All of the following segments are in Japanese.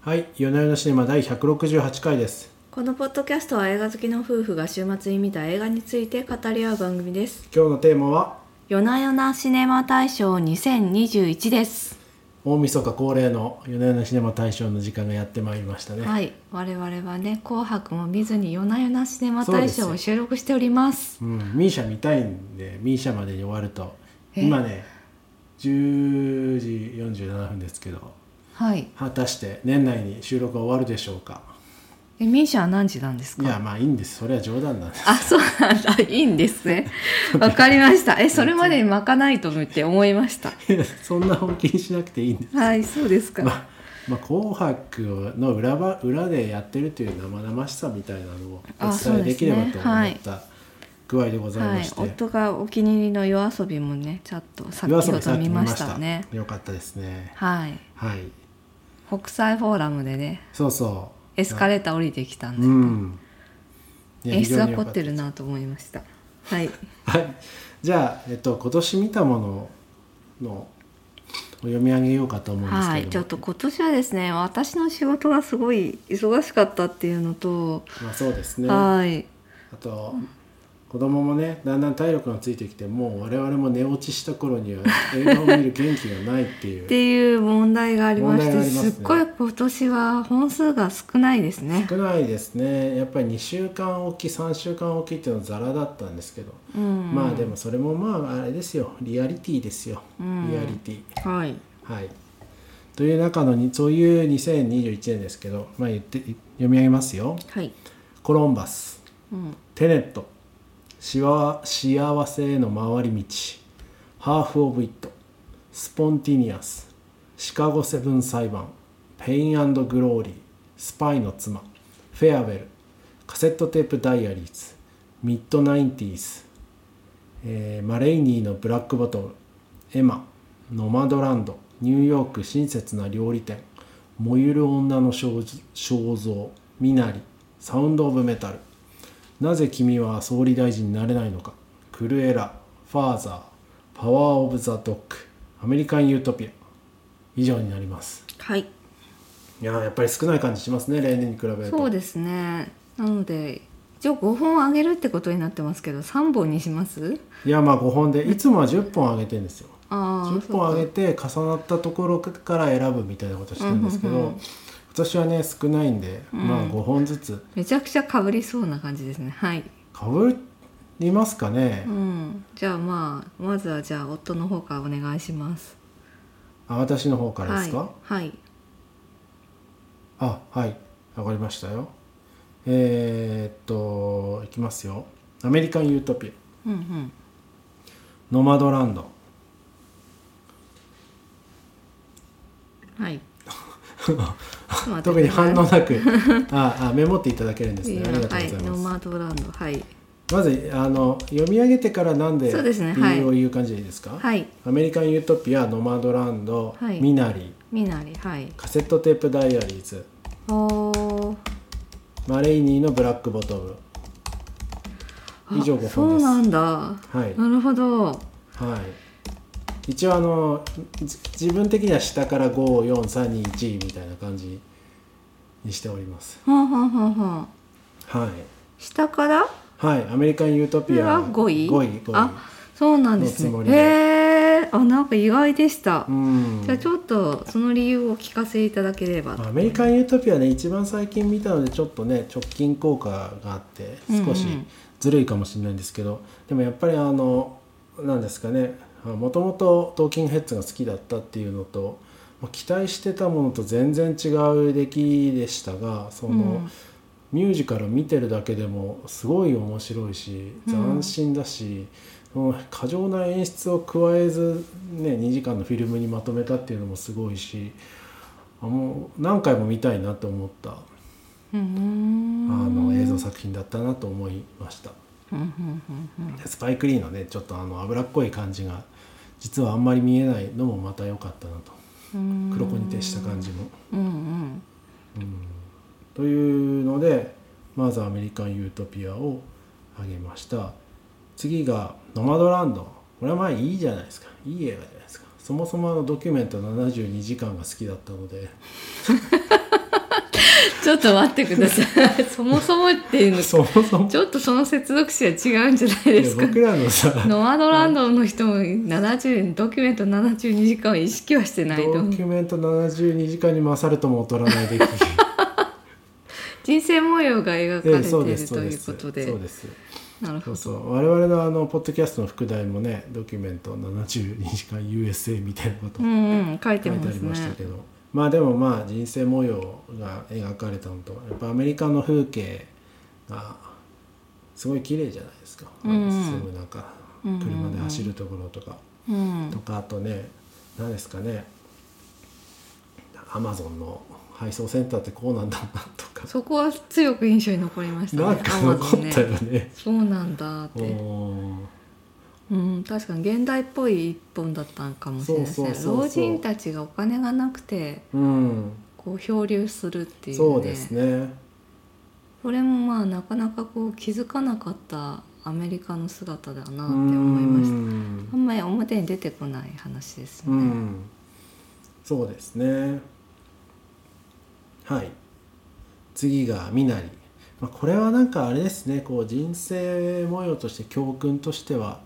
はい、夜な夜なシネマ第168回です。このポッドキャストは映画好きの夫婦が週末に見た映画について語り合う番組です今日のテーマは夜な夜なシネマ大賞2021です大晦日恒例の夜な夜なシネマ大賞の時間がやってまいりましたね。はい我々はね紅白も見ずに夜な夜なシネマ大賞を収録しておりますうん、ミーシャ見たいんで、ミーシャまでに終わると、え今ね、10時47分ですけど、はい果たして年内に収録は終わるでしょうか。えミーシャは何時なんですいや、かまあいいんです。それは冗談なんです。 あそうなんだいいんですねわかりましたえそれまでに巻かないとって思いましたそんな本気にしなくていいんです。はいそうですか、まあまあ、紅白の裏ば裏でやってるという生々しさみたいなのをおあそう伝えですできねればと思はっいた具合でございはまいして、夫がお気に入りの夜遊びもねちょっと先夜遊びほさどっき見ましたねよかったですねはいはい国際フォーラムでねそうそうエスカレーター降りてきたんうで、んいや演出が非常に凝良っかてるなと思いましたはいはいじゃあ、えっと、今年見たもののお読み上げようかと思うんですけどもはいちょっと今年はですね私の仕事がすごい忙しかったっていうのと、まあそうですねあはいと子供もねだんだん体力がついてきてもう我々も寝落ちした頃 には映画を見る元気がないっていっうていう問題がありまし問題があてりますす,、ねっごい今年は本数が少ないですね少ないですねやっぱり2週間おき3週間おきっていうのはザラだったんですけど、うんまあでもそれもまああれですよリアリティですよ、うんリアリティはいはいという中のにそういう2021年ですけどまあ言って読み上げますよはい、 「コロンバス」うん、 「テネット」しわ「幸せへの回り道」「ハーフ・オブ・イット」「スポンティニアス」「シカゴ・セブン裁判」「ペイングローリー」「スパイの妻」「フェアウェル」「カセットテープ・ダイアリーズ」「ミッド・ナインティース」えーマレイニーのブラックボトム」「エマ」「ノマドランド」「ニューヨーク親切な料理店」「燃ゆる女の肖像」「ミナリ」「サウンド・オブ・メタル」「なぜ君は総理大臣になれないのか」「クルエラ」「ファーザー」「パワー・オブ・ザ・ドッグ」「アメリカン・ユートピア」以上になりますはいいやーやっぱり少ない感じしますね例年に比べるとそうですねなので一応5本あげるってことになってますけど3本にしますいやまあ5本でいつもは10本上げてるんですよああ10本上げて重なったところから選ぶみたいなことしてるんですけど、うんうんうん今年はね少ないんで、まあ5本ずつめちゃくちゃかぶりそうな感じですねはい、かぶりますかね、うん、じゃあまあまずはじゃあ夫の方からお願いしますあ私の方からですか、はい、はい、あはいわかりましたよえー、っといきますよ「アメリカン・ユートピア」うんうん「ノマドランド」 はいまあ特に反応なく ああメモっていただけるんですいねやありがとうございはいノます、マドランドはいまずあの読み上げてからなんでそうですね理由を言う感じでいいですか、はいアメリカン・ユートピア、ノマドランド、はいミナリ、みなりはいカセットテープダイアリーズ、おーマレイニーのブラックボトム。あ以上5そ本うです。なんだ、はい。なるほどはい。一応あの、じ自分的には下から5、4、3、2、1みたいな感じにしております。ほんほんほんほんはい。下からはい。アメリカン・ユートこピれアは5位5位、5位。あそうなんですのつもねりでへえあなんか意外でした、うんじゃあちょっとその理由をお聞かせいただければ、まあアメリカン・ユートピアね一番最近見たのでちょっとね直近効果があって少しうんうんずるいかもしれないんですけど、でもやっぱりあのなんですかねもともと「トーキングヘッズ」が好きだったっていうのとまあ期待してたものと全然違う出来でしたがその、うんミュージカルを見てるだけでもすごい面白いしうん斬新だし、その過剰な演出を加えず、ね、2時間のフィルムにまとめたっていうのもすごいしあもう何回も見たいなと思ったあうーんの映像作品だったなと思いました。うんうんうんうんでスパイク・リーのねちょっとあの脂っこい感じが実はあんまり見えないのもまた良かったなとうん黒子に徹した感じも。うんうんというのでまずアメリカン・ユートピアを挙げました次が「ノマドランド」これはまあいいじゃないですかいい映画じゃないですかそもそもあのドキュメント72時間が好きだったのでちょっと待ってください そもそもっていうのそもそもちょっとその接続詞は違うんじゃないですか僕らのさノアドランドの人も70ドキュメント72時間を意識はしてないとドキュメント72時間に勝るとも劣らない 出来人生模様が描かれええてそういでるすとそうでいうすそことうでですなるほそうどそう我々のあのポッドキャストの副題もねドキュメント72時間 USA みたいなことうんうん書いて書いまてあすりましたねけどまあでもまあ人生模様が描かれたのとやっぱアメリカの風景がすごい綺麗じゃないですか、うんすごいなんかうん車で走るところとか、うんとかあとね何ですかねアマゾンの配送センターってこうなんだなとか、そこは強く印象に残りましたねなんか Amazon 残ったよねね。そうなんだっおてーうん確かに現代っぽい一本だったんかもしれないですねそうそうそうそう老人たちがお金がなくてうん、こう漂流するっていう、ね、そうですね。これもまあなかなかこう気づかなかったアメリカの姿だなってう思いましたんあんまり表に出てこない話ですうね、ん、そうですね。はい。次が身なり。まあ、これはなんかあれですね。こう人生模様として教訓としては、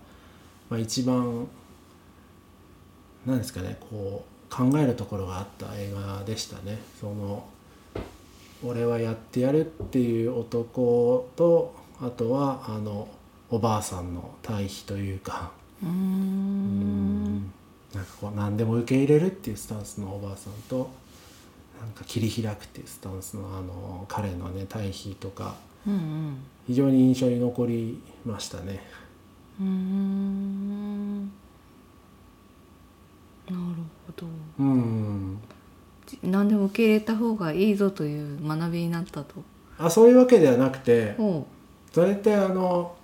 まあ、一番なんですかね。こう考えるところがあった映画でしたね。その俺はやってやるっていう男とあとはあのおばあさんの対比というか。うーんなんかこう何でも受け入れるっていうスタンスのおばあさんとなんか切り開くっていうスタンスのあの彼のね対比とかうんうん非常に印象に残りましたね。うーんなるほどうんじ何でも受け入れた方がいいぞという学びになったとあそういうわけではなくてほそれってあの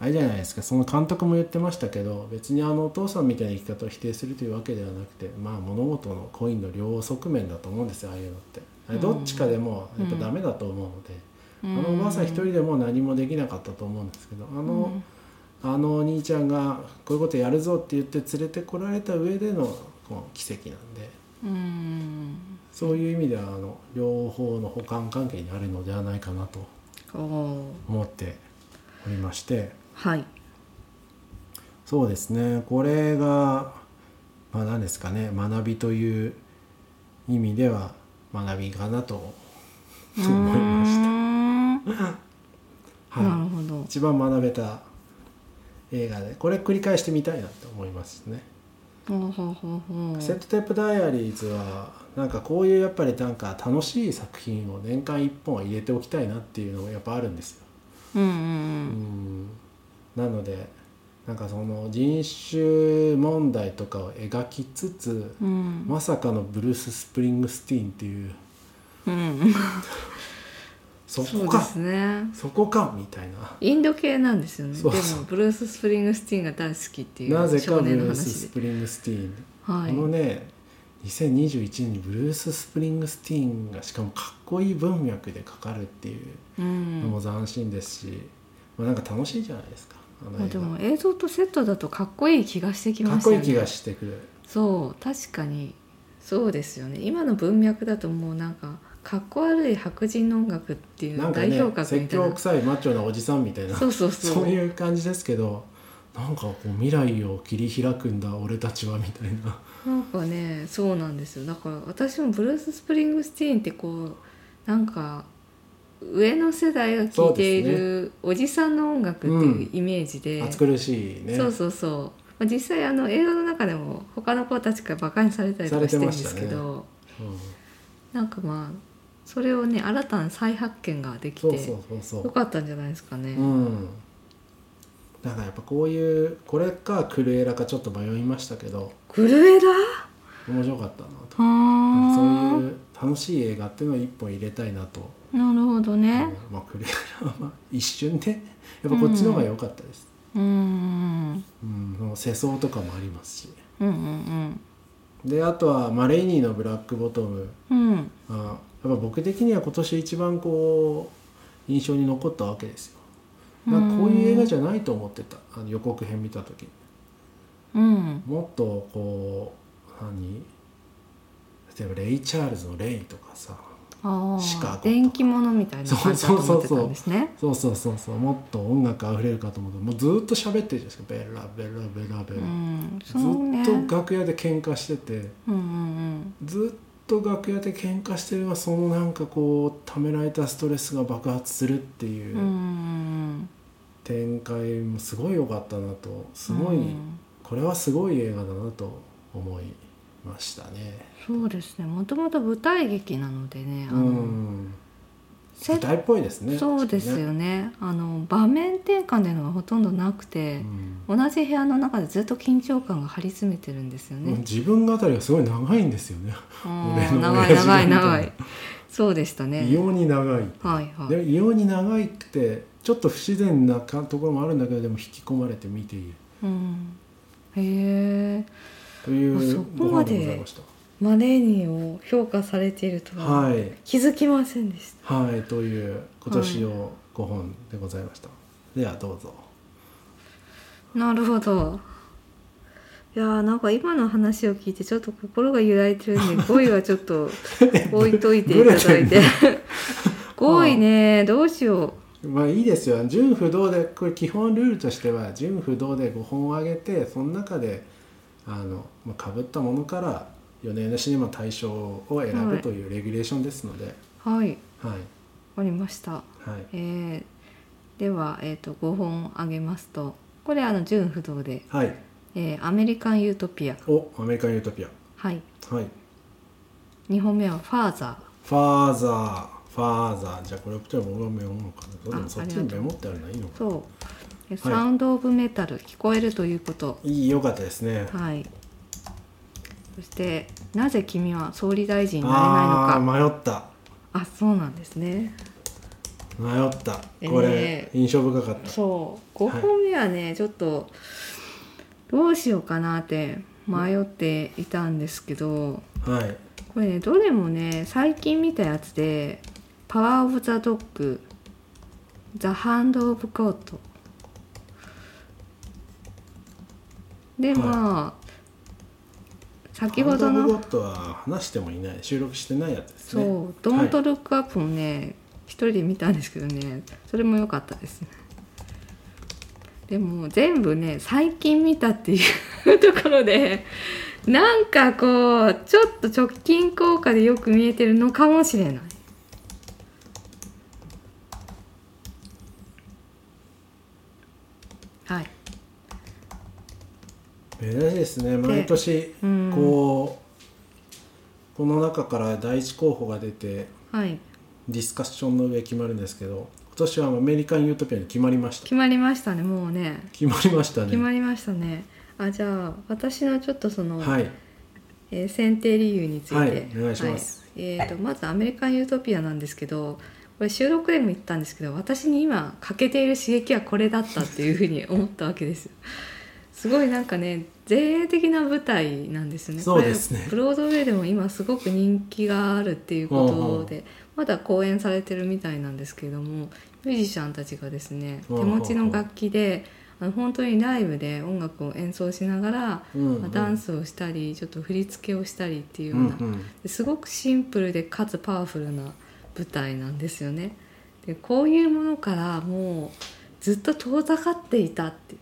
あれじゃないですかその監督も言ってましたけど別にあのお父さんみたいな生き方を否定するというわけではなくてまあ物事のコインの両側面だと思うんですよああいうのって。あれどっちかでもやっぱダメだと思うので。うあのおばあさん一人でも何もできなかったと思うんですけどああの,、あのお兄ちゃんがこういうことやるぞって言って連れてこられた上でのこの奇跡なんでうんうんそういう意味ではあの両方の補完関係にあるのではないかなとおー思っておりましてはいそうですねこれが、まあ、何ですかね学びという意味では学びかなと思いました。たはいなるほど一番学べた映画でこれ繰り返してみたいなって思いますね。ほうほうほうほうカセットテープダイアリーズはなんかこういうやっぱりなんか楽しい作品を年間1本は入れておきたいなっていうのもやっぱあるんですよ。うんうんううんんなのでなんかその人種問題とかを描きつつうんまさかのブルース・スプリングスティーンっていううん、そそこうかですねそこかみたいな。インド系なんですよねそうそうでもブルース・スプリングスティーンが大好きっていなぜうか少ブ年のルース・話スでプリングスティーンはいこのね2021年にブルース・スプリングスティーンがしかもかっこいい文脈でかかるっていううのんも斬新ですし、まあ、なんか楽しいじゃないですかあのまあ映で画も映像とセットだとかっこいい気がしてきかまっしたこよいねい気がしてくるそう確かにそうですよね今の文脈だともうなんかかっこ悪い白人の音楽っていうなんか代ね表格説みたいな教臭いマッチョなおじさんみたいなそうそうそうそういう感じですけどなんかこう未来を切り開くんだ俺たちはみたいななんかねそうなんですよだから私もブルース・スプリングスティーンってこうなんか上の世代が聴いていそうるおじさんの音楽っていうイメージで、暑苦しいねそうそうそうまあ実際あの映画の中でも他の子たちからバカにされたりとかしてるんですけされてまど、うんなんかまあそれをね新たな再発見ができそうてそうそうそうよかったんじゃないですかね。うん、だからやっぱこういうこれかクルエラかちょっと迷いましたけどクルエラ面白かったなとあそうういう楽しい映画っていうのを一本入れたいなと、なるほどね。うんまあ、クルエラはまあ一瞬でやっぱこっちの方が良かったです、うーんうんもう世相とかもありますしうんうんであとはマレーニーの「ブラックボトムうんうん」あやっぱ僕的には今年一番こう印象に残ったわけですよなんかこういう映画じゃないと思ってたあの予告編見た時うんもっとこう何例えばレイ・チャールズの「レイ」とかさあシカゴとあか電気物みたいな感じだと思ってたんですねそうそうそうそうもっと音楽あふれるかと思うけどもうずっと喋ってるじゃないですかベラベラベラベラ、うんずそのねっと楽屋で喧嘩しててうんうんずっと楽屋で喧嘩してればそのなんかこうためられたストレスが爆発するってういんうんううん展開もすごい良かったなとすごい、うんこれはすごい映画だなと思いましたね。そうですねもともと舞台劇なのでねあうの、ん、セ舞台っぽいですね。そうですよねあの場面転換でのはほとんどなくて確かにね、同じ部屋の中でずっと緊張感が張り詰めてるんですようんね、自分語りがすごい長いんですよね。あ俺のー長親い父みた長いいな長いそうでした異ね様に長い。はいはいでも異様に長いくてちょっと不自然なかところもあるんだけどでも引き込まれて見ているうん、へえといあうそごこ飯まででございました。マレーニを評価されているとははい気づきませんでした、はいという今年の5本でございました。ではどうぞ。なるほどいやーなんか今の話を聞いてちょっと心が揺らいでる んで5位はちょっと置いといていただい ぶれてて5位 ねどうしよまあいいですよ純不動でこれ基本ルールとしては純不動で5本上げてその中であのかぶったものから4年のシネマ対象を選ぶというレギュレーションですので、うはい終はいわりましたはいえーでは、えー、と5本あげますとこれあの純不動で、はい、えーアメリカン・ユートピア」おアメリカン・ユートピアはい、はい2本目は「ファーザファーザーファーザーじゃあこれじゃあ僕がメモのかなそれでもあそっちにメモってあるのはいいのー」かそうえ「サウンド・オブ・メタル」聞こえるということ」いいよかったですねはい、そして「なぜ君は総理大臣になれああないのか迷った」あそうなんですね迷ったこれえ印象深かった、そう5本目はね、ちょっとどうしようかなって迷っていたんですけどはいこれねどれもね最近見たやつで「パワー・オブ・ザ・ドッグ」「ザ・ハンド・オブ・コート」ではいまあ、先ほどハンドオブのゴッドは話してもいない収録してないやつですそうね「ドント・ルック・アップ」もね一人で見たんですけどねそれも良かったですねでも全部ね最近見たっていうところでなんかこうちょっと直近効果でよく見えてるのかもしれないはい珍しいですね毎年うんこう、この中から第一候補が出てはいディスカッションの上決まるんですけど今年はアメリカン・ユートピアに決まりました決まりましたねもうね決まりました決ねまりましたねあじゃあ私のちょっとその、はいえー選定理由について、はいお願いしますはいえー、とまず「アメリカン・ユートピア」なんですけどこれ収録でも言ったんですけど私に今欠けている刺激はこれだったっていうふうに思ったわけですよすごいなんかね前衛的な舞台なんですよねそうですねこれブロードウェイでも今すごく人気があるっていうことでまだ公演されてるみたいなんですけれどもミュージシャンたちがですねほ手うほうほう持ちの楽器であの本当にライブで音楽を演奏しながらうんうんまあダンスをしたりちょっと振り付けをしたりっていうよううんな、ですごくシンプルでかつパワフルな舞台なんですよね。でこういうものからもうずっと遠ざかっていたって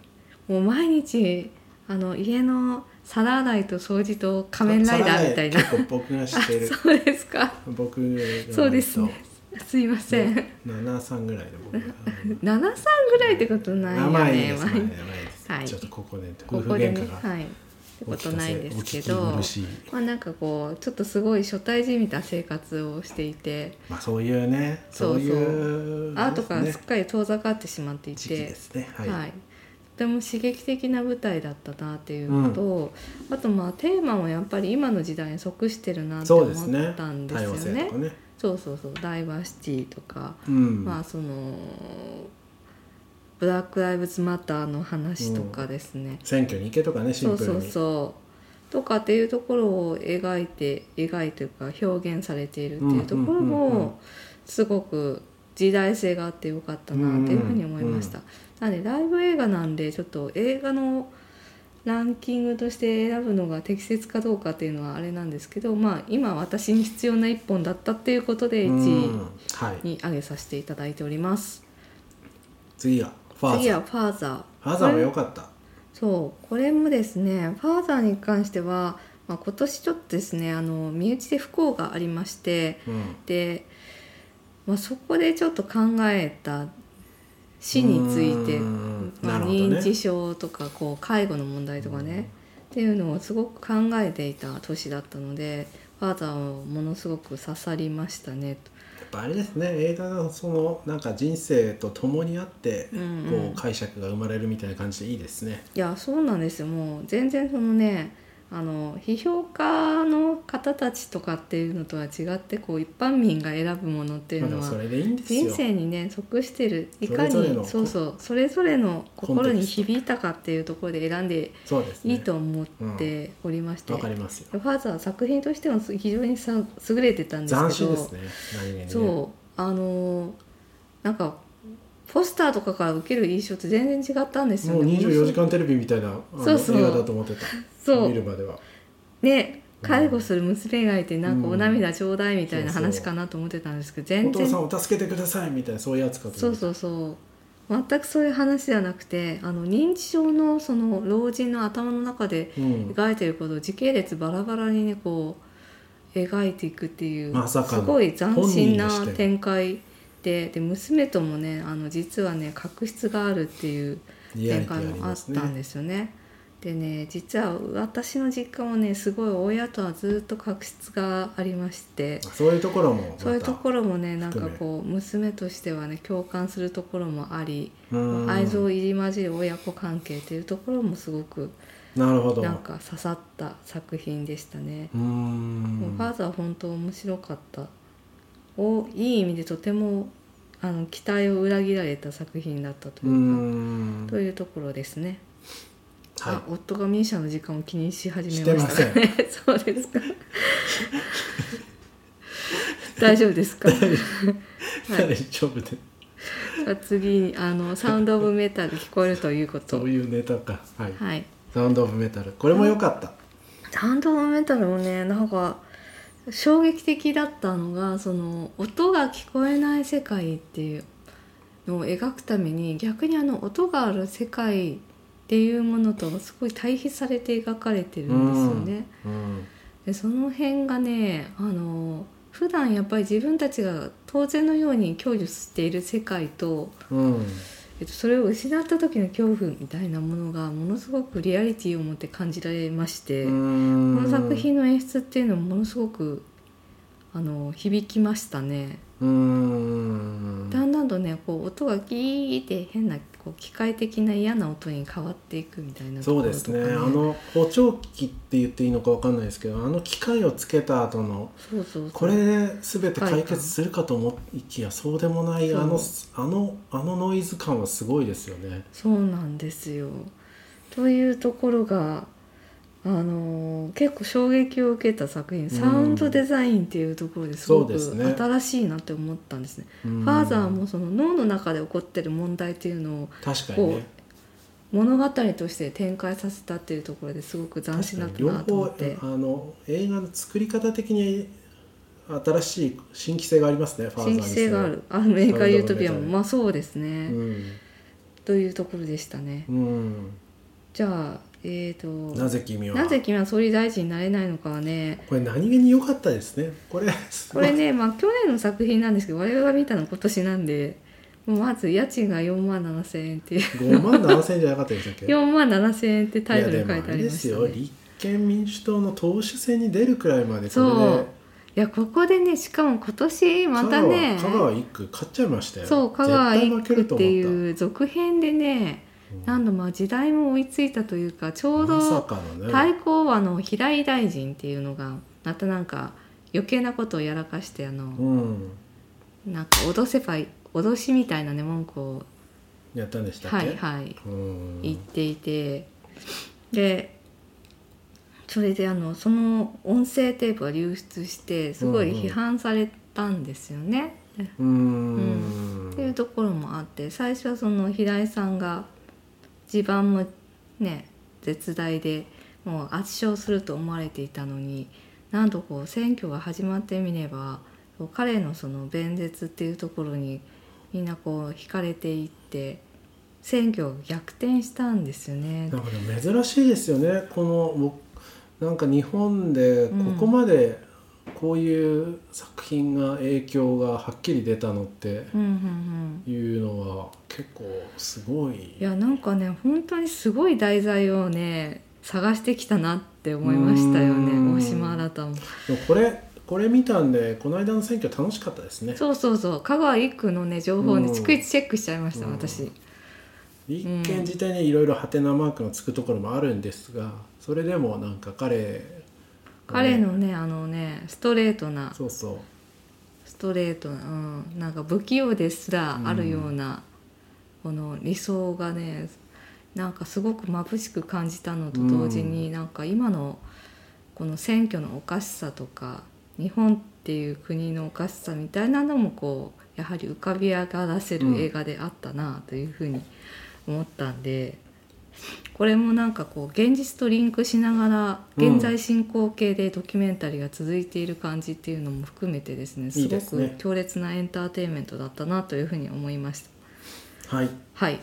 もう毎日あの家の皿洗いと掃除とうん仮面ライダーみたいなさらに結構僕が知ってるあ そうですか僕が割とそうですねすいません、 73ぐらいの僕が7歳ぐらいってことないよ甘いねです甘いですはいちょっとここでこ夫婦こ喧でね嘩がはいっておこ聞とかないせんですけお聞きど苦しいまあなんかこうちょっとすごい初対じみた生活をしていてまあそういうねそうそうそういうアートからねすっかり遠ざかってしまってい時期て、ですねは、はいいはいとても刺激的な舞台だったなっていうのと、あとまあテーマもやっぱり今の時代に即してるなってそう思ですねったんです多様よね。そう性とかねそうそうダイバーシティとか、うん、まあそのブラック・ライブズ・マターの話とかですね、選挙に行けとかねシそンうプルそにうそうとかっていうところを描いて描いてるか表現されているっていうところうんうんうんうんもすごく時代性があってよかったなっていうふうに思いました。なんでライブ映画なんでちょっと映画のランキングとして選ぶのが適切かどうかっていうのはあれなんですけど、まあ、今私に必要な1本だったっていうことでうん1位はい、に上げさせていただいております。次がファー次ザーはファーザフーァーザーこはれ良かったそうこれもですねファーザーに関しては、まあ、今年ちょっとですねあの身内で不幸がありましてうんで、まあ、そこでちょっと考えた死についてうーんまなあ、るほどね認知症とかこう介護の問題とかね、っていうのをすごく考えていた年だったのでファーザーをものすごく刺さりましたねとやっぱあれですね映画のそのなんか人生と共にあって、うんうんこう解釈が生まれるみたいな感じでいいですねいやそうなんですよもう全然そのねあの批評家の方たちとかっていうのとは違ってこう一般民が選ぶものっていまあうでのもそはれでいいんですよ人生にね即してるいかにそれぞれのそうそうそれぞれの心コンテにクスト響いたかっていうところで選んでそうですねいいと思っておりまして、わかりますよファーザー作品としても非常にさ優れてたんですけど斬新ですね何気にねそうあのーなんかポスターとかから受ける印象って全然違ったんですよもうね。 24時間テレビみたいなあのそうそう映画だと思ってたそう見るまではね介護する娘がいてなんかお涙ちょうだいみたいうなん話かなと思ってたんですけどお全父然さんを助けてくださいみたいなそういうやつかと思ってそうそうそう全くそういう話じゃなくてあの認知症のその老人の頭の中でうん、描いてることを時系列バラバラにねこう描いていくっていう、まさかすのごい斬新な本人にして展開でで娘ともねあの実はね確執があるっていうリア展リテ開ィありもあまっすねたんですよね。でね実は私の実家もねすごい親とはずっと確執がありましてそういうところもまたそういうところもねなんか含めこう娘としてはね共感するところもありうん愛情入り混じる親子関係っていうところもすごくなるほどなんか刺さった作品でしたね。うーもうフんァーザー本当面白かったをいい意味でとてもあの期待を裏切られた作品だったとうーいうか、んというところですね。あは夫がミーシャの時間を気にし始めましたしてね。 そうですか。大丈夫ですか。い、はい大丈夫でさあ次にあのサウンドオブメタル聞こえるということ。そういうネタかはい、はい。サウンド・オブ・メタルこれも良かった、サウンドオブメタルもねなんか衝撃的だったのがその音が聞こえない世界っていうのを描くために逆にあの音がある世界っていうものとすごい対比されて描かれてるんですよね。うんでその辺がねあの普段やっぱり自分たちが当然のように享受している世界と、うん、えっと、それを失った時の恐怖みたいなものがものすごくリアリティを持って感じられまして、ここの作品の演出っていうのもものすごくあの響きましたね。うんだんだんとねこう音がギーって変なこう機械的な嫌な音に変わっていくみたいなとそこうろでとすか、ねね、あの補聴器って言っていいのかわかんないですけどあの機械をつけた後のそうそうそうこれで全て解決するかと思いきやそうでもないそうあのあのあのノイズ感はすごいですよね。そうなんですよ。というところが、あのー結構衝撃を受けた作品サウンドデザインっていうところですごそうでくすね新しいなって思ったんですね。フファーザーもその脳の中で起こってる問題っていうのを確かにこね物語として展開させたっていうところですごく斬新だった両なと思方ってあの映画の作り方的に新しい新規性がありますねファーザー新に規性があるアメリカユートピアもまあそうですね、というところでしたね。うん、じゃあえー、とうん、なぜ君はなぜ君は総理大臣になれないのかはねこれ何気に良かったですねこれこれね、まあ、去年の作品なんですけど我々が見たの今年なんでもうまず家賃が4万7千円っていう5万7千じゃなかったでしたっけ4万7千円ってタイトルいにやで書いもてあれありでますしたよね立憲民主党の党首選に出るくらいまでこれでそういやここでねしかも今年またね香川香川一区勝っちゃいましたよそう香川絶対一負け区っると思ていう続編でねったなんだまあ時代も追いついたというかちょうまさどかのね対抗馬の平井大臣っていうのがまたなんか余計なことをやらかしてあのうんなんか脅せばい脅しみたいなね文句をやったんでしたっけはいはいうん言っていてでそれであのその音声テープが流出してすごい批判されたんですよね。うーんっていうところもあって最初はその平井さんが地盤もね絶大でもう圧勝すると思われていたのになんとこう選挙が始まってみればこう彼のその弁舌っていうところにみんなこう惹かれていって選挙が逆転したんですよね。なんかでも珍しいですよねこの僕なんか日本でここまでこういう作品が影響がはっきり出たのってうんうんうんいうのは結構すごいいやなんかね本当にすごい題材をね探してきたなって思いましたようーんね大島新もでもこれこれ見たんでこの間の選挙楽しかったですねそうそうそう香川一区のね情報をねうん逐一チェックしちゃいましたうん私立憲自体にいろいろハテナマークのつくところもあるんですがそれでもなんか彼彼のねあのねストレートなそうそうストレートな、うん、なんか不器用ですらあるような、この理想がねなんかすごく眩しく感じたのと同時に、なんか今のこの選挙のおかしさとか日本っていう国のおかしさみたいなのもこうやはり浮かび上がらせる映画であったなというふうに思ったんで、これもなんかこう現実とリンクしながらうん現在進行形でドキュメンタリーが続いている感じっていうのも含めてですねいすいでごすねく強烈なエンターテインメントだったなというふうに思いました。はいはい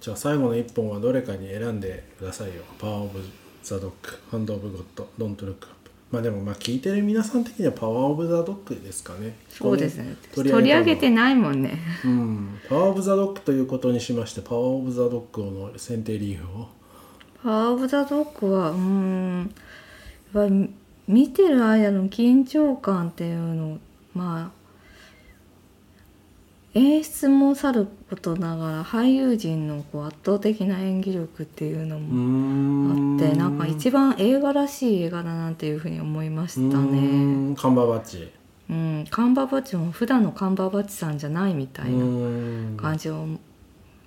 じゃあ最後の一本はどれかに選んでくださいよ「パワー・オブ・ザ・ドッグ」「ハンド・オブ・ゴッド」「ドント・ルック・アップ」まあでもまあ聞いてる皆さん的には「パワー・オブ・ザ・ドッグ」ですかねそうですねここ取にり上げたてないもんねのはうん「パワー・オブ・ザ・ドッグ」ということにしまして「パワー・オブ・ザ・ドッグ」の選定理由をパワー・オブ・ザ・ドッグはうーんやっぱり見てる間の緊張感っていうのまあ演出もさることながら俳優陣のこう圧倒的な演技力っていうのうもあーってなんか一番映画らしい映画だなっていうふうに思いましたうねーんカンバーバッチうんカンバーバッチも普段のカンバーバッチさんじゃないみたいなう感じを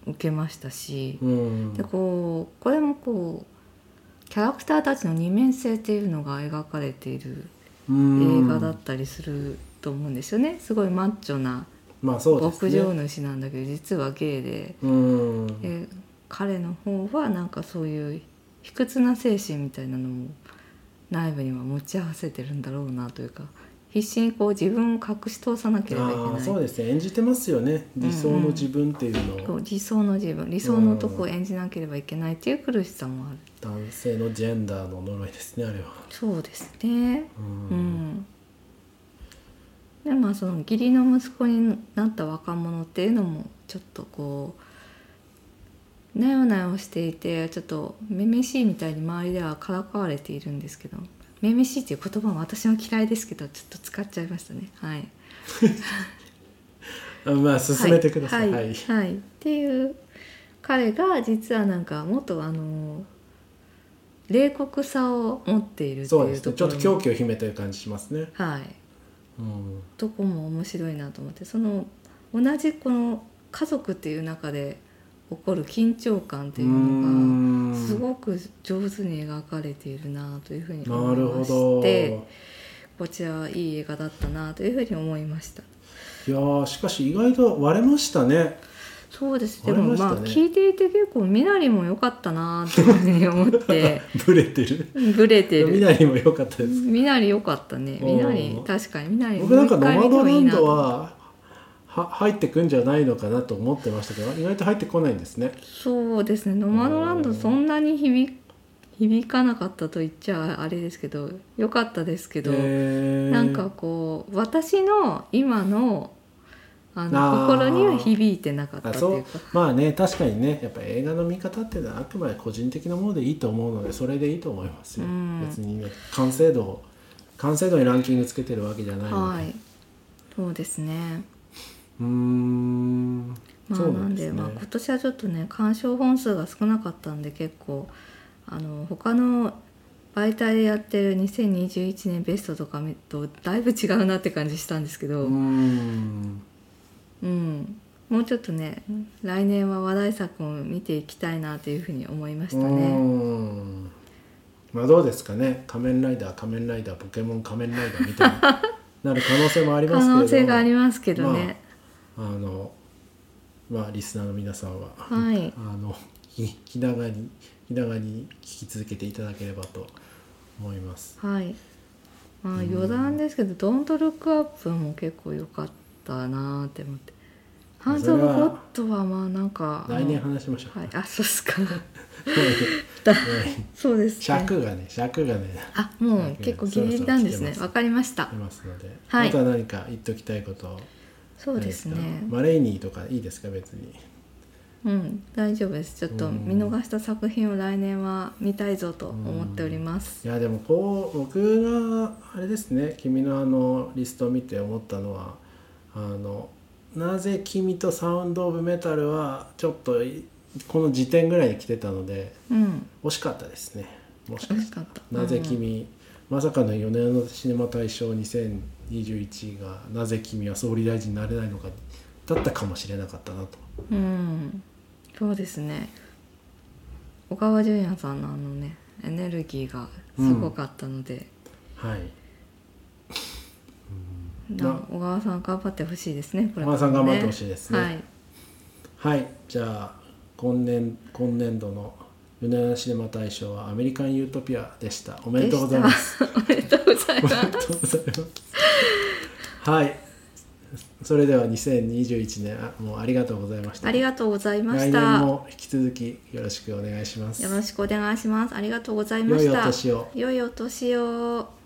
受けましたしーんでこうこれもこうキャラクターたちの二面性っていうのが描かれているうん映画だったりすると思うんですよね、すごいマッチョなまあそうです牧ね場主なんだけど、実はゲイでうんで彼の方はなんかそういう卑屈な精神みたいなのも内部には持ち合わせてるんだろうなというか必死にこう自分を隠し通さなければいけああないそうですね演じてますよね理想の自分っていうのを、こう理想の自分理想の男を演じなければいけないっていう苦しさもある男性のジェンダーの呪いですねあれはそうですねううんん、でまあその義理の息子になった若者っていうのもちょっとこうなよなよしていてちょっと「めめしい」みたいに周りではからかわれているんですけど「めめしい」っていう言葉も私は嫌いですけどちょっと使っちゃいましたねはいあまあ進めてくださいははいい、はいはいっていう彼が実はなんか元あの冷酷さを持っているってそういでうすねとちょこっろとも狂気を秘めてる感じしますねはいうんとこも面白いなと思ってその同じこの家族っていう中で起こる緊張感っていうのがすいごく上手に描かれているなというふうに思ないるまほしどてこちらはいい映画だったなというふうに思いましたいやーしかし意外と割れましたね そうですで思いもましたまねあ聞いていて結構みなりも良かったなというふうに思って ブレてるブレてみるなりも良かったですみなり良かったねみなりおー確かにみなり僕なんかノマドランドとはは入ってくんじゃないのかなと思ってましたけど意外と入ってこないんですねそうですね「ノマドランド」そんなに響響かなかったと言っちゃあれですけど良かったですけど、えーなんかこう私の今のあのあー心には響いてなかったあってそいううかまあね確かにねやっぱ映画の見方っていうのはあくまで個人的なものでいいと思うのでそれでいいと思いますよ、うん別にね完成度を完成度にランキングつけてるわけじゃないので、はいそうですねうーんまあそうななんんでですねまあ、今年はちょっとね鑑賞本数が少なかったんで結構あの他の媒体でやってる2021年ベストとか見るとだいぶ違うなって感じしたんですけど。うーんうん、もうちょっとね来年は話題作を見ていきたいなというふうに思いましうたね。ーんまあどうですかね仮面ライダー仮面ライダーポケモン仮面ライダーみた いになる可能性もありますけ可れど能性がありますけどね。あのまあリスナーの皆さんは、はいあのひひながに気長に聞き続けていただければと思います。はいまあ余談ですけど「ドントルックアップも結構良かったなーって思って「ハンズ・オブ・ゴッド」はまあなんか来年あの話しましょう。はいあそうっすか だそうですね 尺がね尺がねあもう結構ギリギリなんですねそろそろ来てますわかりました出ますので、はいあとは何か言っときたいことそうですねないかマレーニーとかいいですか別にうん大丈夫ですちょっとうん見逃した作品を来年は見たいぞと思っておりまいすやでもこう僕があれですね君のあのリストを見て思ったのはあのなぜ君とサウンド・オブ・メタルはちょっといこの時点ぐらいに来てたのでうん惜しかったですねもしか美味ししてかったなぜ君、まさかの4年のシネマ大賞2021がなぜ君は総理大臣になれないのかだったかもしれなかったなとうん、うんそうですね小川淳也さんのあのねエネルギーがすごかったので、はいうんなな小川さん頑張ってほしいですねこれ小川さん頑張ってほしいですねはいはいじゃあ今年今年度の「米ネシネマ大賞」は「アメリカン・ユートピア」でしたおめでとうございますでした おめでとうございおめますでとうございます はいそれでは2021年あもうありがとうございましたありがとうございま来年したも引き続きよろしくお願いしますよろしくお願いしますありがとうございま良しいたお年を良いお年を